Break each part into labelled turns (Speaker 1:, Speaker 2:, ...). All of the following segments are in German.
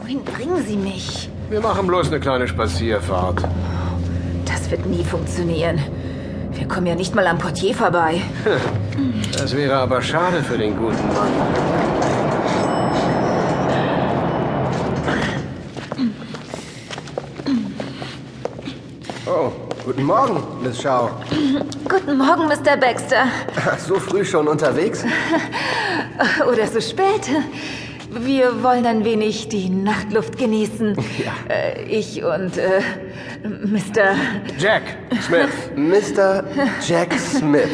Speaker 1: Wohin bringen Sie mich?
Speaker 2: Wir machen bloß eine kleine Spazierfahrt.
Speaker 1: Das wird nie funktionieren. Wir kommen ja nicht mal am Portier vorbei.
Speaker 2: Das wäre aber schade für den guten Mann. Oh, guten Morgen, Miss Schau.
Speaker 1: Guten Morgen, Mr. Baxter.
Speaker 2: So früh schon unterwegs?
Speaker 1: Äh, Oder so spät. Wir wollen ein wenig die Nachtluft genießen.
Speaker 2: Ja.
Speaker 1: Äh, Ich und äh, Mr.
Speaker 2: Jack Smith.
Speaker 3: Mr. Jack Smith.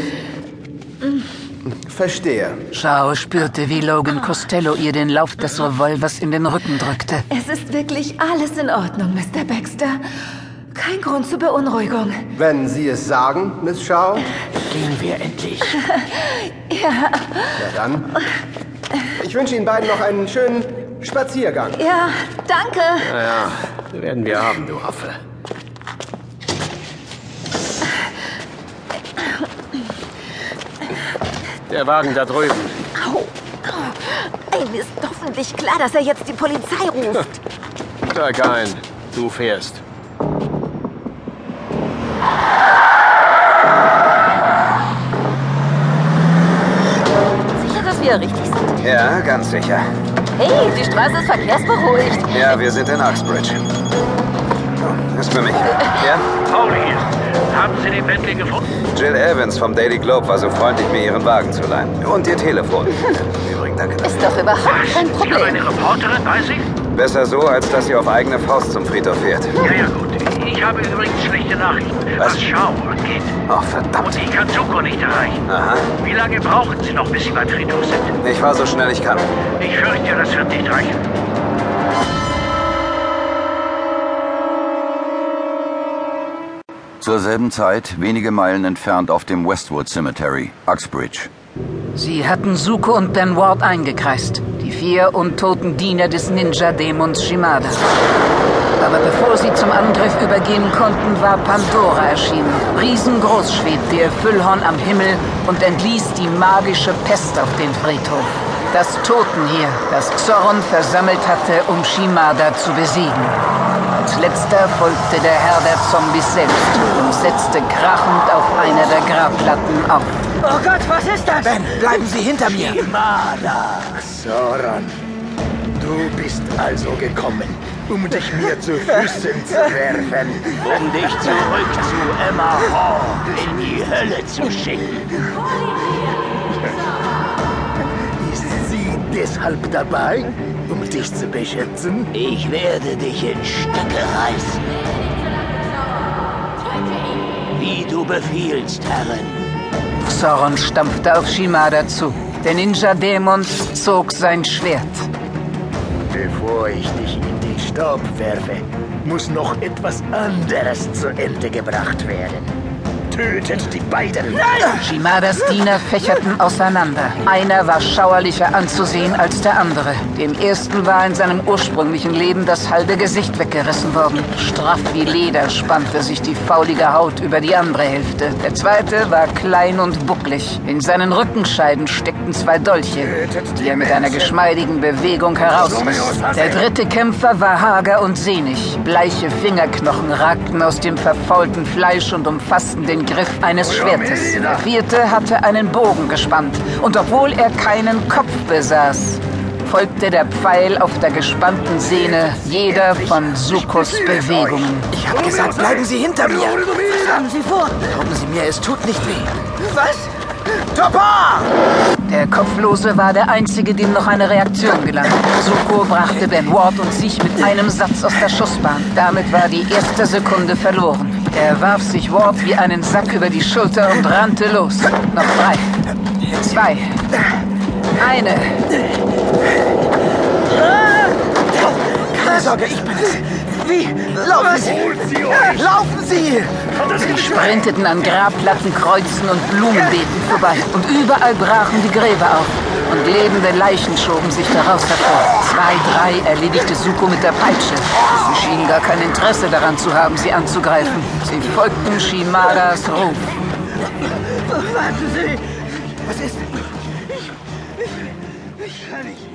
Speaker 3: Verstehe.
Speaker 4: Schau spürte, wie Logan Costello ihr den Lauf des Revolvers in den Rücken drückte.
Speaker 1: Es ist wirklich alles in Ordnung, Mr. Baxter. Kein Grund zur Beunruhigung.
Speaker 3: Wenn Sie es sagen, Miss Shaw,
Speaker 4: Gehen wir endlich.
Speaker 3: ja dann. Ich wünsche Ihnen beiden noch einen schönen Spaziergang.
Speaker 1: Ja, danke.
Speaker 2: Naja, werden wir haben, du Affe. Der Wagen da drüben.
Speaker 1: Au. Ihm ist hoffentlich klar, dass er jetzt die Polizei ruft.
Speaker 2: Steig ein. Du fährst.
Speaker 5: Sicher, dass wir richtig sind?
Speaker 6: Ja, ganz sicher.
Speaker 5: Hey, die Straße ist verkehrsberuhigt.
Speaker 6: Ja, wir sind in Oxbridge. Oh, Ist für mich. Ja?
Speaker 7: Paulies, haben Sie den Bentley gefunden?
Speaker 6: Jill Evans vom Daily Globe war so freundlich, mir ihren Wagen zu leihen. Und ihr Telefon. Übrigens, danke. dafür.
Speaker 5: Ist doch überhaupt kein
Speaker 7: Sie haben
Speaker 5: Problem.
Speaker 7: eine Reporterin bei sich?
Speaker 6: Besser so, als dass sie auf eigene Faust zum Friedhof fährt.
Speaker 7: Ja, ja, gut. Ich habe übrigens schlechte Nachrichten, was,
Speaker 6: Was?
Speaker 7: Schau angeht.
Speaker 6: Oh,
Speaker 7: Und
Speaker 6: verdammt.
Speaker 7: ich kann Zuko nicht erreichen.
Speaker 6: Aha.
Speaker 7: Wie lange brauchen Sie noch, bis Sie beim Friedhof sind?
Speaker 6: Ich war so schnell ich kann.
Speaker 7: Ich fürchte, das wird nicht reichen.
Speaker 8: Zur selben Zeit, wenige Meilen entfernt auf dem Westwood Cemetery, Uxbridge.
Speaker 4: Sie hatten Suko und Dan Ward eingekreist. Die vier untoten Diener des Ninja-Dämons Shimada. Aber bevor sie zum Angriff übergehen konnten, war Pandora erschienen. Riesengroß schwebte ihr Füllhorn am Himmel und entließ die magische Pest auf den Friedhof. Das Totenheer, das Zorn versammelt hatte, um Shimada zu besiegen. Als letzter folgte der Herr der Zombies selbst und setzte krachend auf einer der Grabplatten auf.
Speaker 9: Soran, du bist also gekommen, um dich mir zu Füßen zu werfen.
Speaker 7: Um dich zurück zu Emma Hall in die Hölle zu schicken.
Speaker 9: Ist sie deshalb dabei, um dich zu beschützen?
Speaker 7: Ich werde dich in Stücke reißen. Wie du befiehlst, Herrin.
Speaker 4: Sauron stampfte auf Shimada zu. Der Ninja-Dämon zog sein Schwert.
Speaker 9: Bevor ich dich in den Staub werfe, muss noch etwas anderes zu Ende gebracht werden. Tötet die beiden!
Speaker 4: Shimadas Diener fächerten auseinander. Einer war schauerlicher anzusehen als der andere. Dem ersten war in seinem ursprünglichen Leben das halbe Gesicht weggerissen worden. Straff wie Leder spannte sich die faulige Haut über die andere Hälfte. Der zweite war klein und bucklig. In seinen Rückenscheiden steckten zwei Dolche, die er mit einer geschmeidigen Bewegung herausriss. Der dritte Kämpfer war hager und sehnig. Bleiche Fingerknochen ragten aus dem verfaulten Fleisch und umfassten den Griff eines Schwertes. Der vierte hatte einen Bogen gespannt. Und obwohl er keinen Kopf besaß, folgte der Pfeil auf der gespannten Sehne jeder von Sukos Bewegungen.
Speaker 9: Ich hab gesagt, bleiben Sie hinter mir! Haben Sie vor! Glauben Sie mir, es tut nicht weh! Was? Topper!
Speaker 4: Der Kopflose war der Einzige, dem noch eine Reaktion gelang. Suko brachte Ben Ward und sich mit einem Satz aus der Schussbahn. Damit war die erste Sekunde verloren. Er warf sich Ward wie einen Sack über die Schulter und rannte los. Noch drei. Zwei. Eine.
Speaker 9: Keine Sorge, ich bin es! Wie? Laufen Sie! Laufen Sie!
Speaker 4: Sprinteten an Grabplatten, Kreuzen und Blumenbeeten vorbei. Und überall brachen die Gräber auf. Und lebende Leichen schoben sich daraus hervor. Zwei, drei erledigte Suko mit der Peitsche. Sie schienen gar kein Interesse daran zu haben, sie anzugreifen. Sie folgten Shimadas Ruf.
Speaker 9: Warten Sie! Was ist? Ich, ich, ich kann nicht.